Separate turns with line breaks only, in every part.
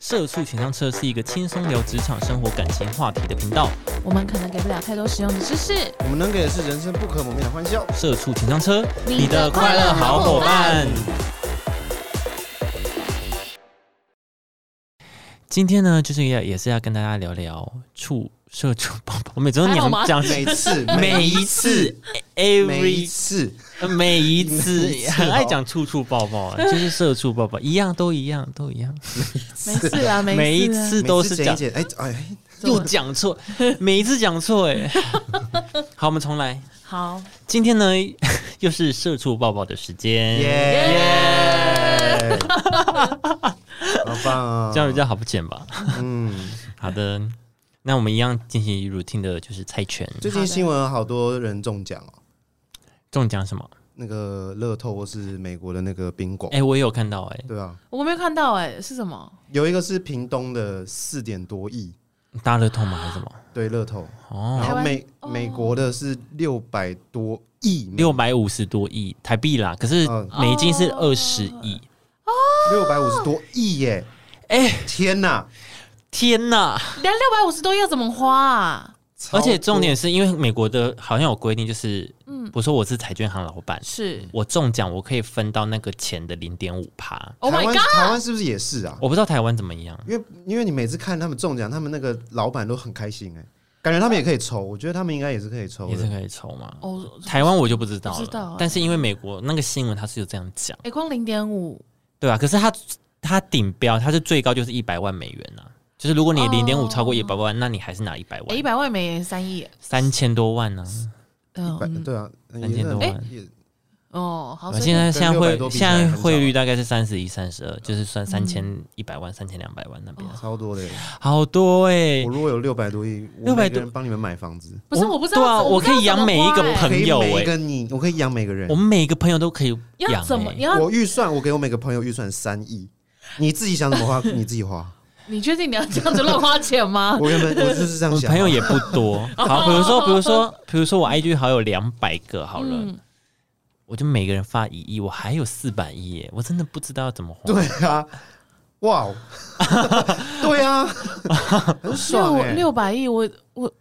社畜情商车是一个轻松聊职场、生活、感情话题的频道。
我们可能给不了太多实用的知识。
我们能给的是人生不可磨灭的欢笑。
社畜情商车，
你的快乐好伙伴。
今天呢，就是也也是要跟大家聊聊处社畜宝宝。我每周都
还好
讲
吗
讲
每次
每一次
每一
，every
次，
每一
每一
次
次
很爱讲处处抱抱，就是社畜抱抱，一样都一样都一样，
没事啊，没事啊
每一次都是
每次
讲
剪一剪，哎哎，
又讲错， 每一次讲错 哎。好，我们重来。
好，
今天呢， 又是社畜抱抱的时间，
耶！好棒哦！
这样比较好不剪吧？
嗯，
好的，那我们一样进行 routine 的就是猜拳，
最近新闻有好多人中奖哦，
中奖什么？
那个乐透或是美国的那个宾馆
哎、，我也有看到哎、
对啊，
我没有看到哎、是什么？
有一个是屏东的四点多亿，
大乐透吗？还是什么？
对乐透，
哦，
台
然后
湾
美
哦
美国的是六百多亿美，
六百五十多亿台币啦，可是
嗯
美金是二十亿。
六百五十多亿耶！
哎、
天哪！
天哪！
连六百五十多亿要怎么花啊？
而且
超多
重点是因为美国的好像有规定，就是，嗯，我说我是彩券行老板，
是
我中奖我可以分到那个钱的零点五趴，
，Oh
台
my
湾
god！
台湾是不是也是啊？
我不知道台湾怎么样。
因为因为你每次看他们中奖，他们那个老板都很开心哎、感觉他们也可以抽，我觉得他们应该也是可以抽
也是
的。
可以抽吗？
哦，
台湾我就不知道
不
了，
知道欸
但是因为美国那个新闻它是有这样讲，
哎、光零点五，
对吧、啊可是它它顶标它是最高就是一百万美元呐、啊就是如果你
哦
零点五超过一百万，那你还是拿一百
哎，
万，
一百万美元三亿，
三千多万呢、
百
嗯，
对啊，
三千多万
也是
哦，好，
啊。
所以
现在现在
跟600
汇
多比
现
起来
在
很少
汇率大概是三十一、三十二，就是算三
嗯
千一百万、三千两百万那边，
哦
哎超多的耶。
好多哎、
我如果有六百多亿，我
600
每
多
个人帮你们买房子，
不是我不知道，
对啊，
我
我
不知
可
道
以养
怎么
每一个
花欸
可
朋
以
友
每
哎、
一个你，我可以养每个人
我。们每个朋友都可以养、
哎要怎么？你
欸，
要
我预算，我给我每个朋友预算三亿，你自己想怎 么花你自己花。
你确定你要这样子乱花钱吗？
我原本我就是这
我
样
们
想。啊哦
朋友也不多。 好，比如说比如说比如说我 IG 好友两百个好了。
嗯
我就每个人发一亿，我还有四百亿耶，我真的不知道要怎么花。
对啊，哇 哦，对啊，很爽
六
欸
哎、
六百亿，我我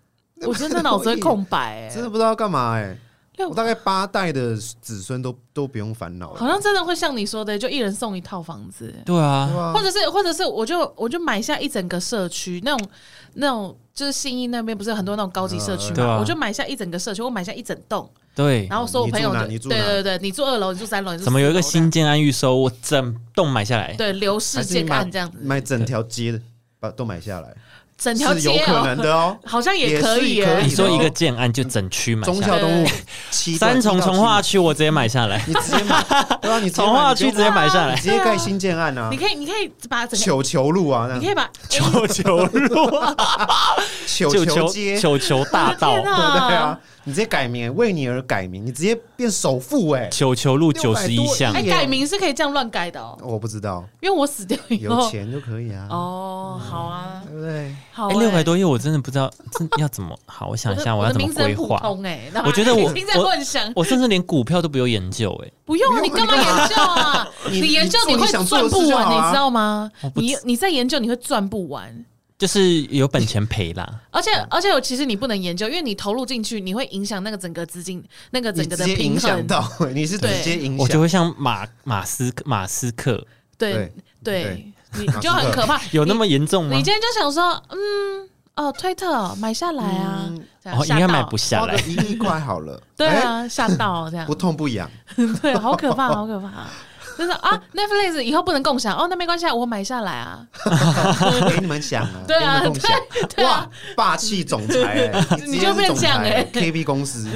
我真的脑子会空白哎、
真的不知道要干嘛哎、
六
我大概八代的子孙都都不用烦恼了。
好像真的会像你说的，就一人送一套房子，
对
对
啊，
啊
或者是或者是我就我就买下一整个社区那种那种。就是信义那边不是有很多那种高级社区
对
嘛，
啊哎
我就买下一整个社区，我买下一整栋，
对，
然后所有朋友就
你住哪
对
你住哪
对对，你住二楼，你住三楼，你住
怎么有一个
四楼
新建安预收，我整栋买下来，
对流逝
还是你
建
买
案这样子，
买整条街的，把都买下来，
整条
是有
街
可能
哦，
的哦。
好像
也
可
是
以
可
哎
你
以，
说一个建案就整区买
忠
下来，
孝东路
对
七段
三重
一到七
从化区我直接买下来，
你直接买， 对啊，你直接买
从化区直接买下
你
来
直，接盖新建案啊
你， 可以你可以把整个，
九球路啊，那
你可以把
九球路、
九
九
球
球
街，
九球大
我的天
道、
对
啊
对啊，你直接改名，为你而改名，你直接变首富哎，
九球路九十一巷
哎
600多，亿耶
改名是可以这样乱改的哦，
我不知道，
因为我死掉以
有
后
钱就可以啊，
哦，好啊，
对不对？
好
哎，
哎
六百多亿我真的不知道真要怎么好，我想一下
我
要
的
怎么
名字
规
很普
划，
通哎，然后
我觉得我
已经在乱想，
我甚至连股票都不有研究哎。
不用啊，
不
你
用啊
干嘛
你干嘛
研究啊？
你
你研究
你做
会
你想做
赚
的
不
事就好
完，
啊
你知道吗
我？不
你你在研究你会赚不完，
就是有本钱赔 啦，
而且而且其实你不能研究，因为你投入进去，你会影响那个整个资金那个
你
整个
直
的
接
平
影响
衡。
到， 你是直
对
接影
我就
响，
会像马马斯克马斯克，
对
对
对，你
马斯克
就很可怕。
有那么严重
你
吗
你？今天就想说，嗯，哦，推特买下来啊，这样
哦，应该买不
吓
下
花个
来。
一亿块好了，
到 对
哎，
啊，吓到 这样
不，痛不痒，
对，好可怕，好可怕。就是啊，Netflix 以后不能共享哦，那没关系，啊，我买下来啊。
给你们想啊，
对啊
给你们共享
对啊
哇，霸气总裁、欸，
你就变这样欸
k b 公司，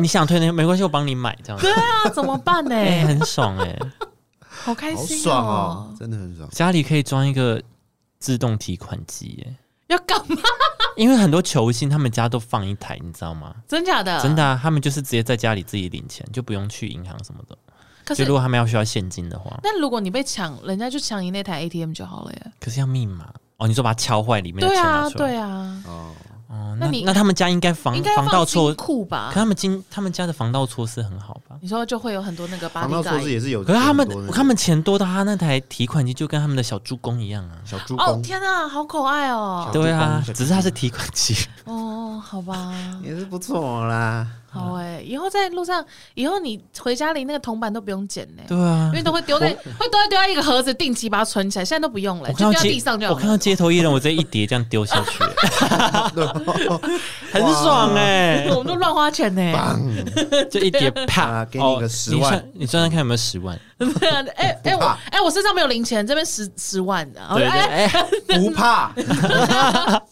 你想退呢？没关系，我帮你买这样。
对啊，怎么办呢？
哎，很爽哎，
好开
好
心、
爽哦，真的很爽。
家里可以装一个自动提款机哎，
要干嘛？
因为很多球星他们家都放一台，你知道吗？
真假的？
真的、。啊，他们就是直接在家里自己领钱，就不用去银行什么的。
可
就是如，果他们要需要现金的话，
那如果你被抢，人家就抢你那台 ATM 就好了耶。
可是要密码哦。你说把它敲坏里面的
对
钱
啊，
拿出来，
对啊，
哦，
哦，那
那你
那他们家应该防
应该
防
放
盗措
金库吧
可？他们今他们家的防盗措施很好吧？
你说就会有很多那个巴
防
黎
盗措
盖
施也是有，
可是他们
有很多那，个
他们钱多到他那台提款机就跟他们的小猪公一样啊。
小猪
哦，
公
天啊，好可爱哦！
小猪
对啊
公，小猪
只是他是提款 机，
哦，好吧，
也是不 错啦。
好哎、以后在路上，以后你回家里那个铜板都不用捡呢、
对啊
因。为都会丢在，会都会丢在一个盒子，定期把它存起来。现在都不用了、
我
就
看
丢
到
在
街
地上就，好
我
了。
看到街头艺人，我直接一叠这样丢下 去，很爽哎、
我们都乱花钱 呢、
就一叠
好
啪
啊啦，给你
哦
个10万
你算你算算看有没有十万？
对啊，哎哎我
怕
哎我身上没有零钱，这边十十万的，
对对，
哎
哎、
不怕，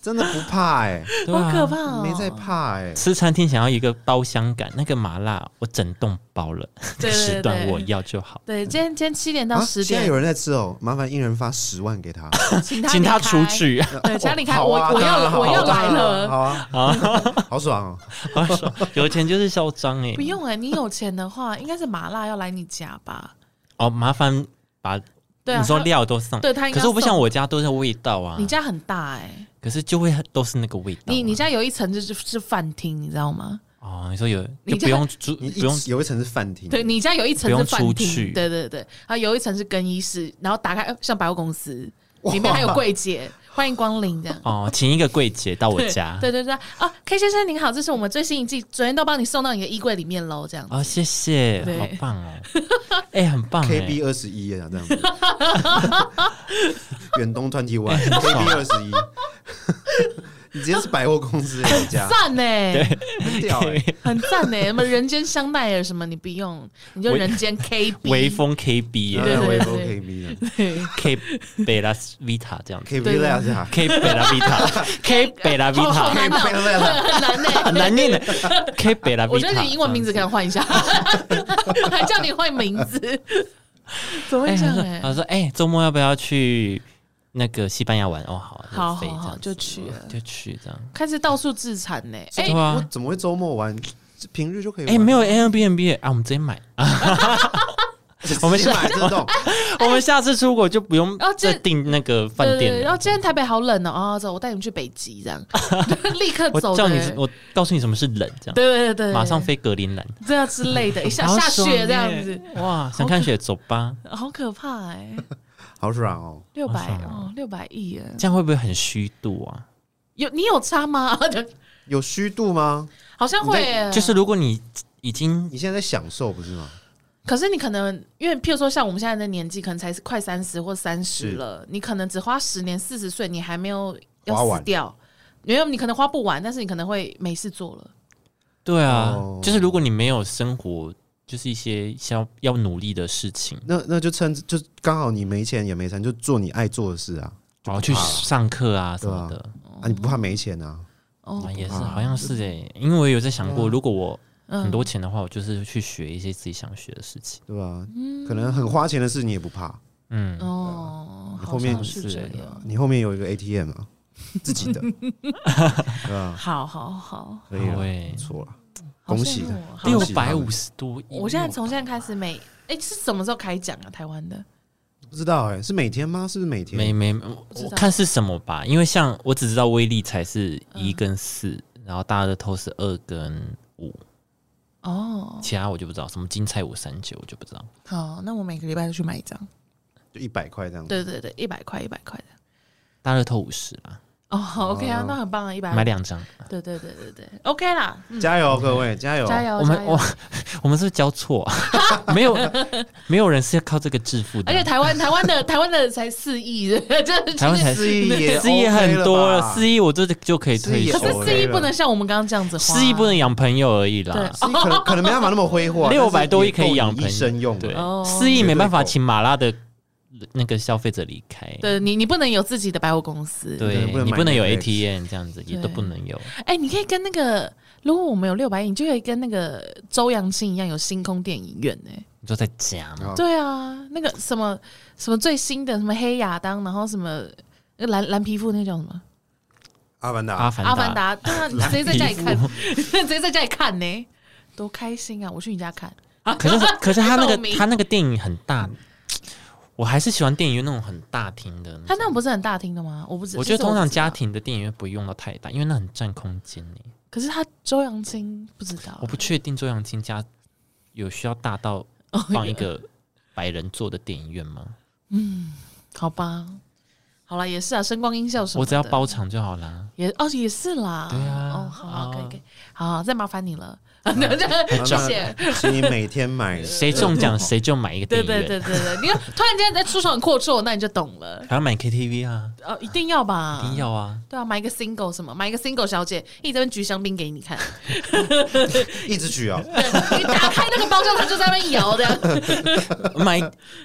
真的不怕哎、
对啊
好可怕哦，
没在怕哎、
吃餐厅想要一个包厢感，那个麻辣我整栋包了，
对对对
时段我要就好。
对，今天今天七点到
啊
十
现在
点
有，人在吃哦，麻烦一人发十万给他，
请他
请他
离开
出。去，
对，请他离开，
好
我
啊
我要
好啊
我要
好啊
来了。
好啊，好啊，好爽哦！
有钱就是嚣张哎
不。用哎，你有钱的话，应该是麻辣要来你家吧？
哦，麻烦把
对啊，
你说
他
料都上，
对他应该
可是我不
送
像我家都是味道啊
你，家很大哎，
可是就会都是那个味道啊。
你你家有一层就是是饭厅，你知道吗？
哦，你说有
你
就
家
不用住，
你
不
一
用
有一层是饭厅，
对，你家有一
嗯
层
不
是
用
饭
出
厅，
去
对对对，然后有一层是更衣室，然后打开呃像百货公司，里面还有柜姐，欢迎光临这样。
哦，请一个柜姐到我
对
家。
对对对啊，K 先生您好，这是我们最新一季，昨天都帮你送到你的衣柜里面喽，这样。
哦，谢谢，
对
好棒哦，哎，很棒哎
KB 二十一啊，这样子，远东 Twenty One，KB 二十一， 你直接是百货公司人
啊
家，
赞欸呢、
很屌哎、
很赞呢、什么人间香奈儿什么你不用，你就
微
人间 KB
微风 KB
然
耶
对
后
对
我也不
对
KB 的
对
，K Bella Vita 这样子
，KB
对
那是哈
，K Bella Vita，K Bella
好好
Vita，
难哦，
，KB 那是哈
很难呢、
很难念的，K Bella Vita。
我觉得你英文名字可以换一下，还叫你换名字，怎么会
哎，
这
他
样
说
哎、
他说哎，周末要不要去那个西班牙玩？哦，好，那
好
飞
好
这
好，
样
就
子
去了，
就去这样。
开始到处自残呢、哎、
对
我
啊，
怎么会周末玩？平日就可以玩。
哎，没有 Airbnb 啊，我们直接买。
直接
我们是
买这种，
我们下次出国就不用
哎哦这
再订那个饭
对对
店
对，然
了
后。今天台北好冷哦，啊、走，我带你们去北 极这样，立刻
我
走的、欸
叫你，我告诉你什么是冷，这样
对对对对，
马上飞格陵兰。
这样之类的，一下
好
下
爽
雪这样
耶
子，
哇，想看雪走吧，
好可怕哎、
好爽哦！
六百
好爽啊
哦，六百亿耶！
这样会不会很虚度啊？
有你有差吗？
有虚度吗？
好像会耶，
就是如果你已经
你现在在享受不是吗？
可是你可能因为，譬如说像我们现在的年纪，可能才是快三十或三十
是
了，你可能只花十年，四十岁你还没有
花
要
完
死掉，没有你可能花不完，但是你可能会没事做了。
对啊，
哦
就是如果你没有生活，就是一些要要努力的事情，
那那就趁就刚好你没钱也没钱，就做你爱做的事啊！
然后去上课啊什么的，
啊，你不怕没钱啊？
哦
啊，也是
不怕
好像是哎、因为我有在想过，如果我
嗯
很多钱的话，我就是去学一些自己想学的事情。
对吧、可能很花钱的事你也不怕，
嗯，
哦，
你
好
后面
像是
是
这
耶
样。
你后面有一个 ATM 啊，自己的，对吧、
嗯好好好，
可以
好
了，
欸
不错了，
哦好
恭喜
羡
他
慕哦好
六
恭喜他
百
们
五十多亿，
我现在从现在开始每哎是什么时候开奖啊？台湾的
不知道哎、是每天吗？是不是每天？
没没，
知道
我看是什么吧，因为像我只知道威力才是一跟四、然后大乐透是二跟五，
哦，
其他我就不知道，什么金彩五三九我就不知道。
好，那我每个礼拜都去买一张。
就一百块这样子。
对对对，一百块一百块的。
大乐透五十啊，
哦好，OK 啊，那很棒啊，一百
买。两张。
对对对对对，OK 啦，嗯
加油，啊各位，加油！
加油！
我们
加油
我 我们是不是交错、 啊？没有没有人是要靠这个致富的
而且
啊，
台湾台湾的台湾的才四亿， 这这
台湾才
四亿也
四亿
OK
很多
了
了，
吧
四亿我这就可以退
四亿
休
可
也
是
了，
OK
四亿不能像我们刚刚这样子花，
四亿不能养朋友而已啦。
是可
哦
能可能没办法那么挥霍啊，
600
但是
多亿可以养
够你
朋
一
友
生用啊
对
的。
哦，
四亿没办法
绝对够
请麻辣的那个消费者离开。
对你你不能有自己的百货公司，
对
对不能
你
买
不能有
Netflix
ATM 这样子，也都不能有。
哎，你可以跟那个，如果我们有六百亿，你就可以跟那个周扬青一样有星空电影院哎，
你说在家吗？
啊
对啊，那个什么什么最新的什么黑亚当，然后什么那个蓝蓝皮肤那个叫什么？
阿凡
阿
达，
凡
阿
达，
凡达，对 啊，你直接在家里看， 直接在家里看呢，多开心啊！我去你家看，
可 是可是他那
报
个
名
他那个电影很大，
嗯
我还是喜欢电影院那种很大厅的。
他那种不是很大厅的吗？我不知，
我觉得
其实
通常
不知道
家，庭的电影院不用到太大，因为那很占空间呢。
可是他周扬青不知道
我，不确定周扬青家有需要大到
哦
放一个百人座的电影院吗？
好吧，好啦，也是啊，声光音效什么的，
我只要包场就好啦。
也哦也是啦，
对啊
哦好啊，
啊
可以可以，好，再麻烦你了， 谢谢。
请你每天买
谁中奖谁就买一个电
对
影院，
对对对对，你看突然间在出手很阔绰，那你就懂 了。
还要买 KTV 啊，
哦，一定要吧，
一定。要 啊。
对啊，买一个 single 什么，买一个 single 小姐，一直在那边举香槟给你看，
一直举哦，
对你打开那个包厢，她就在那边摇 的，
买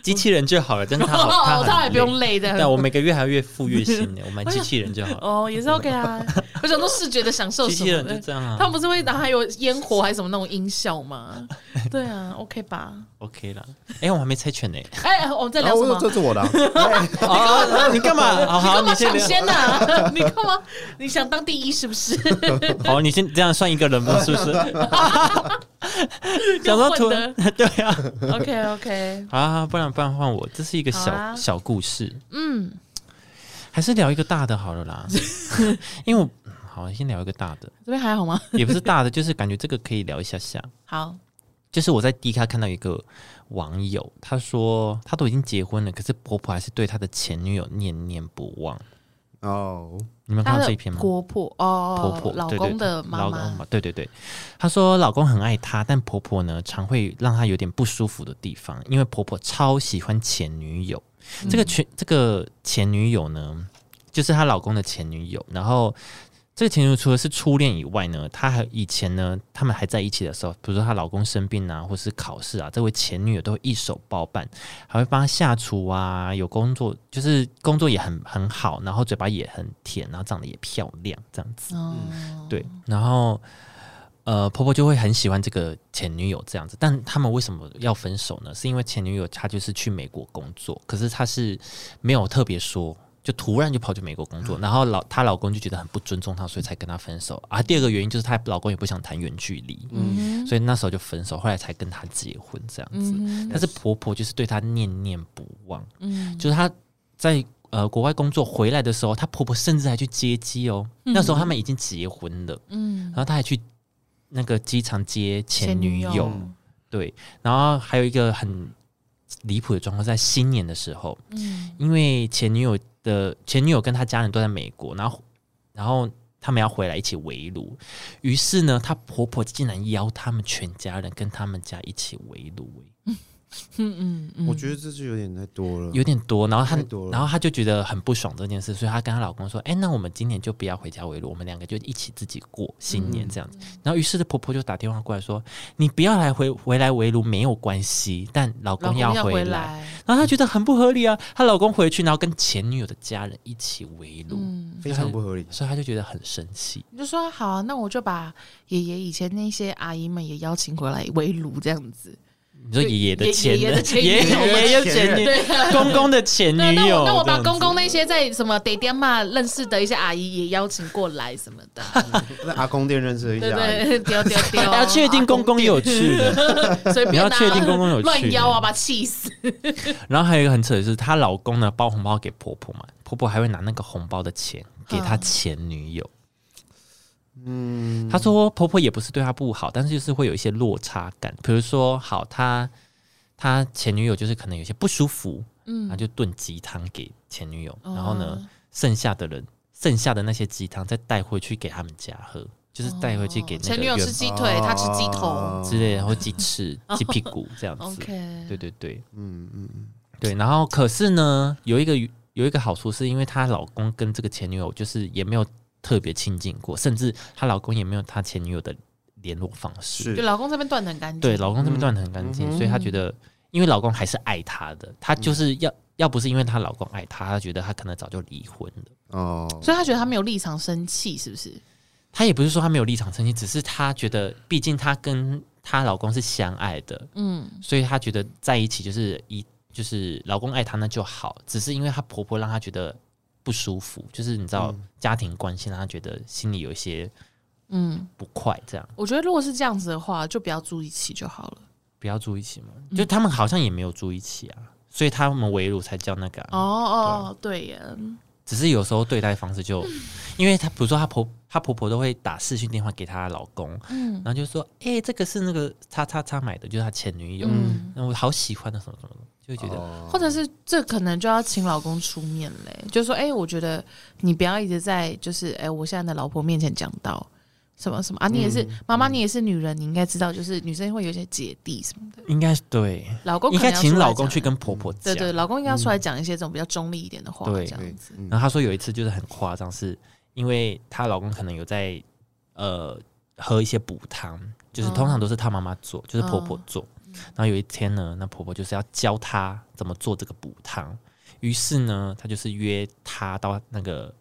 机器人就好了， 真的他好，
哦，她
也
也不用。累的。
对，我每个月还月付月薪呢，我买机器人就好了。
哦，也是 OK 啊。 我想说视觉的享受
机
什
器
么
人就
的，
这样
他们
啊
不是会然后还有烟火还是什么那种音 效吗？对啊，OK 吧？
，OK 啦。哎，我还没猜拳呢。
哎，我们在
然
聊
后
什
我说
么？
这是我 的啊，哎
哦，你干嘛？好好，
干嘛
你先
抢
聊。
先呐？你干嘛？你想当第一是不是？
好，哦你先这样算一个人吗？是不是？想说突然 对啊，
OK OK，
好啊，不然不然换我，这是一个小、
好啊
小故事，
嗯，
还是聊一个大的好了啦。因为我嗯好，先聊一个大的，
这边还好吗？
也不是大的，就是感觉这个可以聊一下下。
好，
就是我在 D 咖看到一个网友，他说他都已经结婚了，可是婆婆还是对他的前女友念念不忘。
哦，
你们有看
她
到
的
这一篇吗？
婆婆哦，
婆婆
老
对对
公的妈
老公
妈，
嘛，对对对，她说老公很爱她，但婆婆呢常会让她有点不舒服的地方，因为婆婆超喜欢前女友。
嗯
这个前这个前女友呢，就是她老公的前女友。然后这个前女友除了是初恋以外呢，她还以前呢，他们还在一起的时候，比如说她老公生病啊，或是考试啊，这位前女友都会一手包办，还会帮她下厨啊，有工作就是工作也很很好，然后嘴巴也很甜，然后长得也漂亮，这样子。
哦，
对，然后呃，婆婆就会很喜欢这个前女友这样子，但他们为什么要分手呢？是因为前女友她就是去美国工作，可是她是没有特别说。就突然就跑去美国工
嗯
作，然后老她老公就觉得很不尊重她，所以才跟她分手。啊，第二个原因就是她老公也不想谈远距离，
嗯
所以那时候就分手，后来才跟她结婚这样子。
嗯
但是婆婆就是对她念念不忘，
嗯，
就是她在呃国外工作回来的时候，她婆婆甚至还去接机哦。那时候他们已经结婚了，
嗯
然后她还去那个机场接前女友，
前女友
对，然后还有一个很离谱的状况，在新年的时候，
嗯
因为前女友的前女友跟她家人都在美国，然后然后他们要回来一起围炉，于是呢，她婆婆竟然邀他们全家人跟他们家一起围炉、
嗯嗯，
我觉得这就有点太多了，
有点多，然后她
嗯太多了
然后她就觉得很不爽这件事，所以她跟她老公说：“哎、那我们今年就不要回家围炉，我们两个就一起自己过新
嗯
年这样子。然后于是婆婆就打电话过来说：“你不要来回回来围炉没有关系，但老
老
公
公
要
要
回来。
回来，
然后她觉得很不合理啊，她老公回去，然后跟前女友的家人一起围炉，
嗯。
非常不合理。
所以她就觉得很生气。
你就说好，啊那我就把爷爷以前那些阿姨们也邀请回来围炉这样子。
嗯
你说爷爷的
爷
前
爷的前
爷
女友
爷的
前
前女
对，
公公的前
那
女
那
友
我那我
这
把
样子
公 公那些在什么 d a 嘛认识的一些阿姨也邀请过来什么 的，
在阿公店认识了一
对
家阿姨，
对，丢丢啊丢，
要确定公公有去的。”
随便啊
你要确定公公有去
乱邀啊，把他气死。
然后还有一个很扯的是，她老公呢包红包给婆婆嘛，婆婆还会拿那个红包的钱给她前女友。嗯，她说婆婆也不是对她不好，但是就是会有一些落差感，比如说好，她她前女友就是可能有些不舒服，嗯，她就炖鸡汤给前女友，
哦
然后呢，剩下的人剩下的那些鸡汤再带回去给他们家喝，就是带回去给那
哦前
个
女友吃
员
鸡腿，
哦
他吃鸡头。
嗯
之类的，或鸡 翅、鸡屁股这样子。
OK，
对对对，
嗯嗯嗯，
对，然后可是呢，有一个有一个好处是因为她老公跟这个前女友就是也没有特别亲近过，甚至她老公也没有她前女友的联络方式。
对，
是
老公这边断的很干净。
对，老公这边断的很干净，所以她觉得，因为老公还是爱她的，她就是要、要不是因为她老公爱她，她觉得她可能早就离婚了。
哦，
所以他觉得他没有立场生气，是不是？
她也不是说她没有立场生气，只是她觉得，毕竟她跟她老公是相爱的，
嗯，
所以她觉得在一起就是一就是老公爱她那就好，只是因为她婆婆让她觉得不舒服，就是你知道、家庭关系让她觉得心里有一些嗯不快，这样
我觉得如果是这样子的话，就不要住一起就好了。
不要住一起嘛，就他们好像也没有住一起啊，所以他们围炉才叫那个啊、
哦哦哦，对耶，
只是有时候对待方式就，
嗯
因为她比如说她婆她婆婆都会打视讯电话给她老公，
嗯
然后就说：“哎、这个是那个叉叉叉买的，就是她前女友，
嗯，
那、我好喜欢的什么什么的，就会觉得、
哦
或者是这可能就要请老公出面嘞，就说哎、我觉得你不要一直在就是哎、我现在的老婆面前讲到什么什
嗯
么啊，你也是妈妈，你也是女人，你应该知道，就是女生会有一些姐弟什么的，
应该是对，
老公
应
可能
该
要
请
出来
老公
讲
去跟婆婆讲。
对对，老公应该要出来讲一些这种比较中立一点的话，
对
这
对
样子，，
嗯
然后她说有一次就是很夸张，是因为她老公可能有在呃喝一些补汤，就是通常都是她妈妈做，就是婆婆做。然后有一天呢，那婆婆就是要教她怎么做这个补汤，于是呢，她就是约她到那个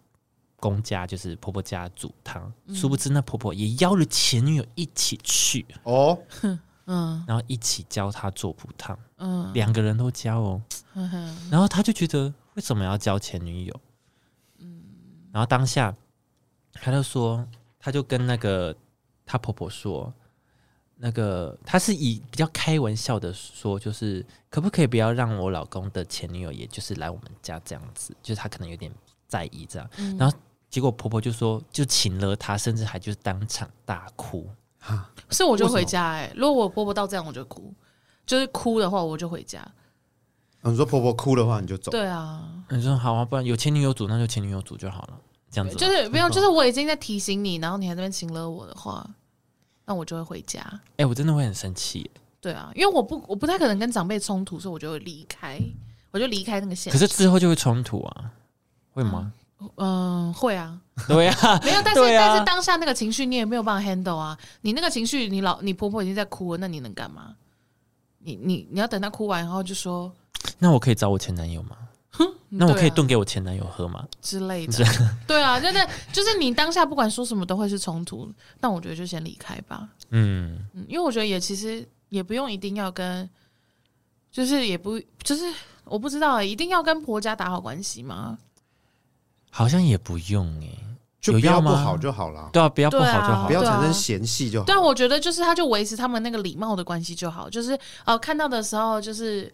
公家，就是婆婆家煮汤。殊不知那婆婆也邀了前女友一起去，
哦，
嗯
然后一起教她做补汤，
嗯，
两个人都教哦。
哼哼
然后他就觉得为什么要交前女友？然后当下他就说，他就跟那个他婆婆说，那个他是以比较开玩笑的说，就是可不可以不要让我老公的前女友，也就是来我们家这样子，就是他可能有点在意这样。然后结果婆婆就说，就请了他，甚至还就是当场大哭。
所以我就
为什么
回家哎、如果我婆婆到这样，我就哭，就是哭的话，我就回家。
啊你说婆婆哭的话你就走，
对啊，
你说好啊，不然有前女友组，那就前女友组就好了，这样子吧。
就是没有，就是我已经在提醒你，然后你还在那边请了我的话，那我就会回家。
哎、我真的会很生气耶。
对啊，因为我不我不太可能跟长辈冲突，所以我就会离开，我就离开那个现
可是
场。
之后就会冲突啊，会吗？
嗯、会啊，
对啊，
没有，但是、
对啊
但是当下那个情绪你也没有办法 handle 啊，你那个情绪，你老你婆婆已经在哭了，那你能干嘛？你你你要等她哭完，然后就说
那我可以找我前男友吗？那我可以
对啊
炖给我前男友喝吗？
之 类的。对啊，真的就是你当下不管说什么都会是冲突，那我觉得就先离开吧。
嗯，
嗯，因为我觉得也其实也不用一定要跟，就是也不就是我不知道、欸，一定要跟婆家打好关系吗？
好像也不用哎、
就
有
不
要
要不
吗
好就好啦，
对啊，不要不
对啊
好就好，
不要
对啊
产生嫌隙就好。
对啊，我觉得就是他就维持他们那个礼貌的关系就好，就是呃看到的时候就是。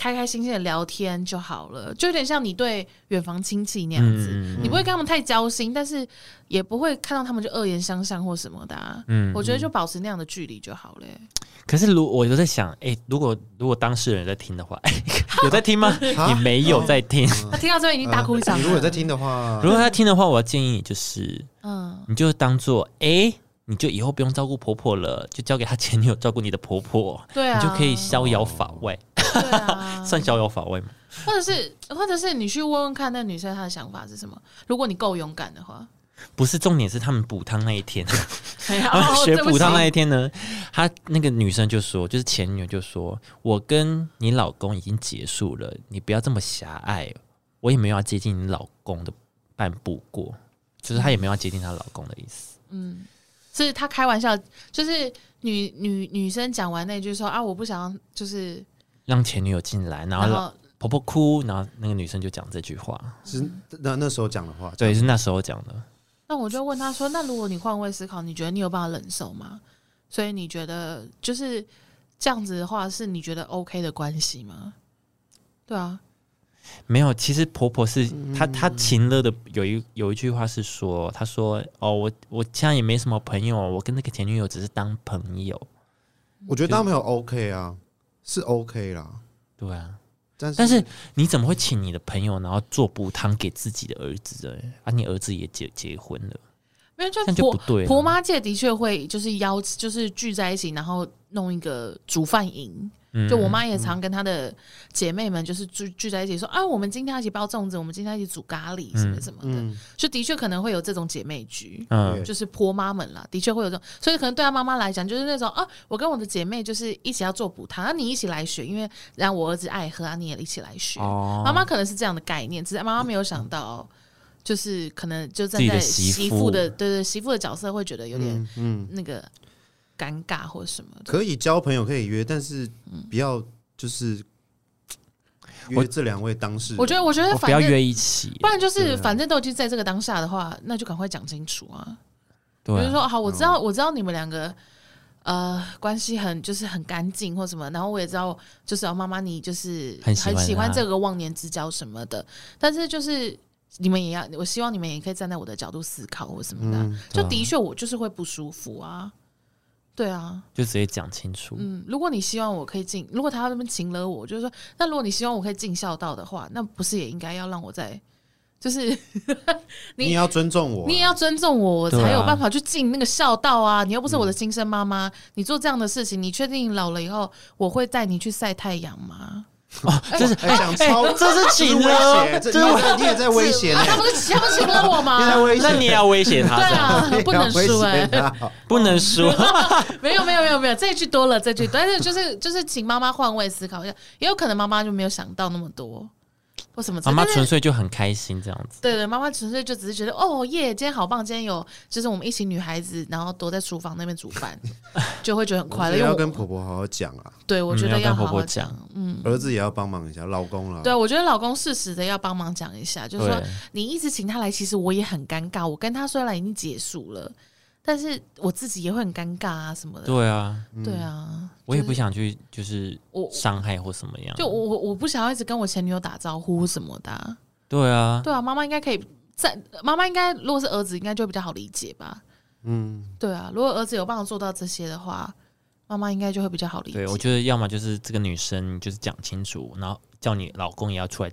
开开心心的聊天就好了，就有点像你对远房亲戚那样子，
嗯嗯嗯
你不会跟他们太交心，但是也不会看到他们就恶言相向或什么的、啊。
嗯
我觉得就保持那样的距离就好了欸、
可是如我就在想，哎、如果如果当事人有在听的话， 有在 听吗？
啊
你没有在听。
他听到这边已经大哭一场、
呃
哎
你如果在，听的 话
如，果他听的话，我要建议你就是，
嗯，
你就当做哎、你就以后不用照顾婆婆了，就交给他前女友照顾你的婆婆，
对啊，
你就可以逍遥法外，
对啊，
算逍遥法外吗？
或者是或者是你去问问看那女生她的想法是什么。如果你够勇敢的话，
不是，重点是他们补汤那一天。
然
他们
后
哎学补汤那一
一
天呢，他那个女生就说，就是前女友就说，我跟你老公已经结束了，你不要这么狭隘，我也没有要接近你老公的半步过，就是她也没有要接近她老公的意思。
嗯，是她开玩笑，就是女女女生讲完那句说啊，我不想要，就是
让前女友进来，然后
然
老
后
婆婆哭，然后那个女生就讲这句话，
是那那时候讲的话，
对，是那时候讲的。
那我就问她说，那如果你换位思考，你觉得你有办法忍受吗？所以你觉得就是这样子的话，是你觉得 OK 的关系吗？对啊，
没有，其实婆婆是她，她情乐的有一有一句话是说，她说哦，我我现在也没什么朋友，我跟那个前女友只是当朋友，
我觉得当朋友 OK 啊，是 OK 啦，
对啊。
但是
但是你怎么会请你的朋友，然后做补汤给自己的儿子的？啊，你儿子也结结婚了，
因为就
这样就
婆
不对啊
婆
了。
妈界的确会就是邀，就是聚在一起，然后弄一个煮饭营。
嗯
就我妈也常跟她的姐妹们就是聚聚在一起说，啊，我们今天要一起包粽子，我们今天要一起煮咖喱什么什么的，
嗯，
就的确可能会有这种姐妹局。
嗯
对
就是婆妈们啦，的确会有这种，所以可能对她妈妈来讲，就是那种啊，我跟我的姐妹就是一起要做补汤，那、啊你一起来学，因为然后我儿子爱喝啊，你也一起来学。
哦嗯
妈妈可能是这样的概念，只是妈妈没有想到，就是可能就站
自己
在
的媳
媳
妇
妇的对对媳妇的角色，会觉得有点
嗯嗯，
那个尴尬或什么的。
可以交朋友可以约，但是不要
嗯
就是
我
约这两位当事人。
我觉得，我觉得
我哦不
反
要
正
约一起，
不然就是
对啊
反正都已经在这个当下的话，那就赶快讲清楚啊。
对啊
比如说，好，我知道，我知道你们两个。呃，关系很就是很干净或什么，然后我也知道，哦就是啊，妈妈你就是
很喜欢
喜欢
他
这个忘年之交什么的，但是就是你们也要，我希望你们也可以站在我的角度思考或什么的啊。
嗯
就
对啊
的确，我就是会不舒服啊。对啊，
就直接讲清楚。
嗯，如果你希望我可以尽，如果他要那边请了我，就是说，那如果你希望我可以尽孝道的话，那不是也应该要让我在，就是你
你也要尊重我啊
你也要尊重我，我
对啊
才有办法去尽那个孝道啊！你又不是我的亲生妈妈，你做这样的事情，你确定老了以后我会带你去晒太阳吗？
这是
哎想超
这是请
威胁，
了，
这
这
你也在你也在威胁呢
啊，他不是他不是请了我吗
你？在威胁，
那你也要威胁他，
对
这样
啊
你也，
不能
要威胁
输哎、
啊
他
不能输。
没有没有没有没有，这一句多了，这句，但是就是就是请妈妈换位思考一下，也有可能妈妈就没有想到那么多，或什么之
妈
类。
妈
但是
纯粹就很开心这样子，
对对，妈妈纯粹就只是觉得哦耶，今天好棒，今天有就是我们一群女孩子，然后躲在厨房那边煮饭，就会觉得很快乐。
我觉
因为
得要
我
跟婆婆好好讲啊，
对我觉
嗯
得
要跟
好
婆
好
婆
讲，嗯。
儿子也要帮忙一下，老公啊了。
对，啊我觉得老公适时的要帮忙讲一下，就是说
对
你一直请他来，其实我也很尴尬。我跟他虽然已经结束了，但是我自己也会很尴尬啊什么的。
对啊，
对啊，
我也不想去就是
我
伤害或什么样，
就我我我不想要一直跟我前女友打招呼什么的啊、
对啊，
对啊，妈妈应该可以在妈妈应该如果是儿子，应该就比较好理解吧。
嗯，
对啊，如果儿子有办法做到这些的话，妈妈应该就会比较好理解。
对，我觉得要么就是这个女生就是讲清楚，然后叫你老公也要出来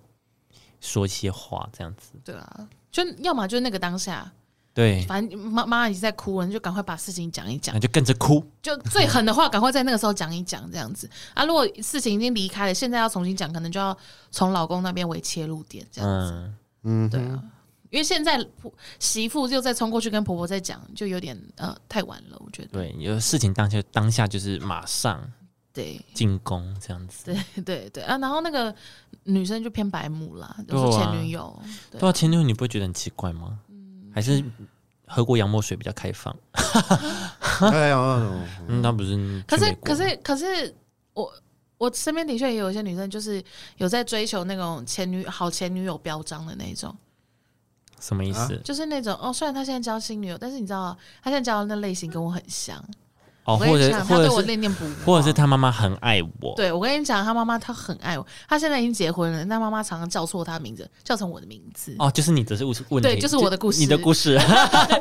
说一些话，这样子。
对啊，就要么就是那个当下，
对，
反正妈妈已经在哭了，你就赶快把事情讲一讲
那。就跟着哭。
就最狠的话，赶快在那个时候讲一讲，这样子啊。如果事情已经离开了，现在要重新讲，可能就要从老公那边为切入点，这样子。
嗯，
对啊，因为现在婆媳妇又再冲过去跟婆婆再讲，就有点呃太晚了，我觉得。
对，有事情当下当下就是马上
对
进攻这样子。
嗯对对对啊，然后那个女生就偏白目啦，就
对啊
是前女友。对
对啊，前女友你不会觉得很奇怪吗？
嗯
还是喝过洋墨水比较开放？
哎呀，哦
嗯，那不是。
可
去
是
美国
可是可是我。我身边的确也有一些女生，就是有在追求那种前女好前女友标章的那种，
什么意思？
就是那种哦，虽然他现在交新女友，但是你知道啊他现在交的那类型跟我很像。
哦，
我跟
或
你
者
讲，他
或
对
者
我
是
念念不忘，
或者是他妈妈很爱我，
对我跟你讲，他妈妈他很爱我，他现在已经结婚了，但妈妈常常叫错他名字，叫成我的名字，
哦，就是你的是问题，
对就是我的故事
你的故 事，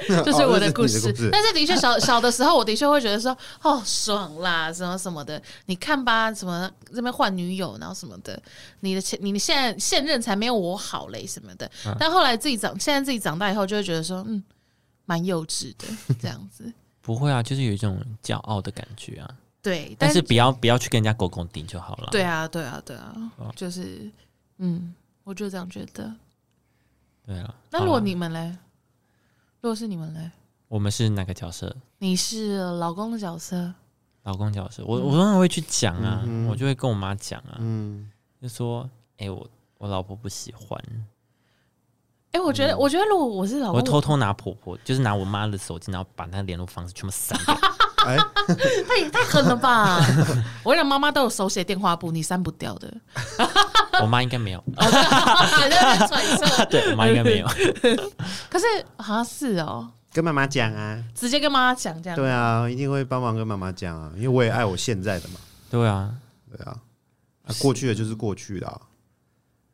这是我的故
哦这
事。
是你的故事
但是的确小小的时候，我的确会觉得说，哦，爽啦，什么什么的，你看吧，什么这边换女友，然后什么的，你的前你的现在现任才没有我好嘞什么的。
嗯
但后来自己长，现在自己长大以后，就会觉得说，嗯，蛮幼稚的这样子。
不会啊，就是有一种骄傲的感觉啊。
对，
但
但
是不要不要去跟人家狗狗顶就好了。
对啊，对啊，对啊，
哦
就是嗯，我就这样觉得。
对了，
那如果
好啊啦
你们嘞，如果是你们嘞，
我们是哪个角色？
你是老公的角色，
老公角色，
嗯
我我当然会去讲啊，
嗯哼
我就会跟我妈讲啊，
嗯，
就说，哎、我我老婆不喜欢，
哎、我觉得，我觉得如果我是老
嗯我
公，
会偷偷拿婆婆，就是拿我妈的手机，然后把她联络方式全部删 掉。
哎，
太也太狠了吧！ 我跟你讲，妈妈都有手写电话簿，你删不掉的。
我妈应该没有，
对对对，揣测。
对我妈应该没有。
可是好像是哦，
跟妈妈讲啊，
直接跟妈妈讲这样。
对啊，一定会帮忙跟妈妈讲啊，因为我也爱我现在的嘛，
对啊，
对啊，啊过去的就是过去的、啊，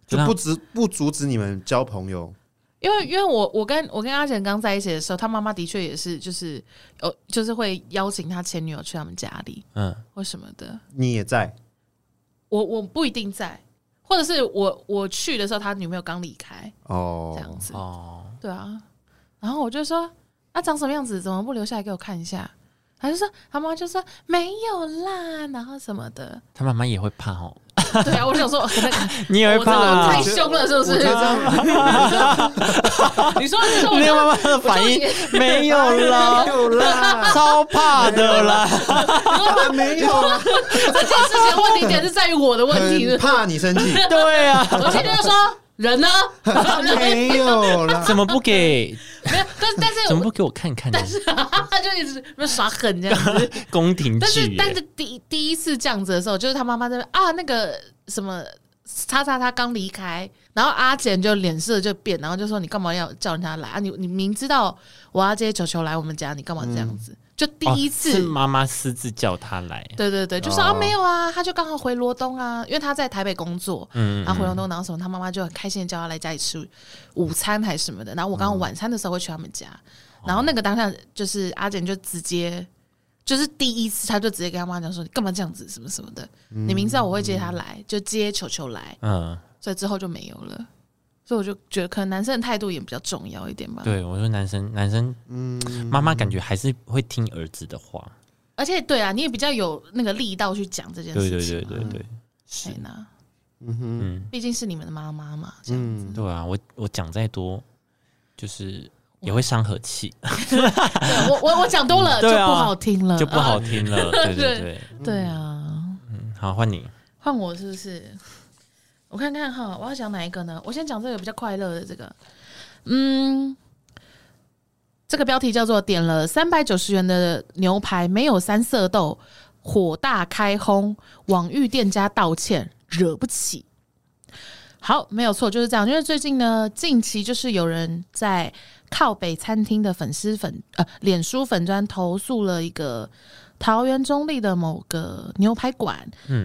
就
那
不止不阻止你们交朋友，
因为因为我我跟我跟阿简刚在一起的时候，他妈妈的确也是就是有就是会邀请他前女友去他们家里
嗯，
或什么的。
你也在，
我我不一定在，或者是我我去的时候，他女朋友刚离开这样
哦，
子。
哦，
对啊，然后我就说，啊，长什么样子？怎么不留下来给我看一下？他就说，他妈就说没有啦，然后什么的。
她妈妈也会怕哦，
对啊，我想说， 可能
你也
我
会怕、
我
啊
太。凶了，是不是
我？觉得这样
你说，你说，我
那
就
个妈妈的反应 没有 啦，
没有 啦，
超怕的啦。
没有啦，
这件事情的问题点是在于我的 问题
很。怕你 生气，
对啊，
我现在就说人呢，
没有啦，
怎么不 给？
没有，但但是
怎么不给我看看呢？
他就一直在耍狠这样子。
宫廷
但是
剧耶，
但是第第一次这样子的时候，就是他妈妈在那边啊那个什么。叉叉他刚离开，然后阿简就脸色就变，然后就说：“你干嘛要叫人家来啊？你你明知道我要接球球来我们家，你干嘛这样子？”就第一次
嗯哦、是妈妈私自叫他来，
对对对，就说、啊
哦
没有啊，他就刚好回罗东啊，因为他在台北工作，
嗯，
然后回罗东，然后什么，他妈妈就很开心地叫他来家里吃午餐还是什么的。然后我刚
嗯
刚晚餐的时候会去他们家，
哦
然后那个当下就是阿简就直接就是第一次，他就直接跟他妈讲说：“你干嘛这样子，什么什么的，你明知道我会接他来，就接球球来。
嗯，”
所以之后就没有了。所以我就觉得，可能男生的态度也比较重要一点吧。
对我说男生男生，
嗯
妈妈感觉还是会听儿子的话，
而且对啊，你也比较有那个力道去讲这件
对
事情。
对对对对，
对呢，
嗯哼，
嗯，
毕竟是你们的妈妈嘛，这样
嗯，
对啊，我我讲再多就是也会伤和气，
嗯对啊我我我讲多了就
对啊
不好听了，
就不好
啊。
听了，对对
对
对，
对啊，
嗯好换你，
换我是不是？我看看哈，我要讲哪一个呢？我先讲这个比较快乐的这个，嗯，这个标题叫做“点了三百九十元的牛排没有三色豆，火大开轰，网域店家道歉，惹不起”。好，没有错，就是这样。因为最近呢，近期就是有人在靠北餐厅的粉丝粉呃脸书粉砖投诉了一个桃园中立的某个牛排馆，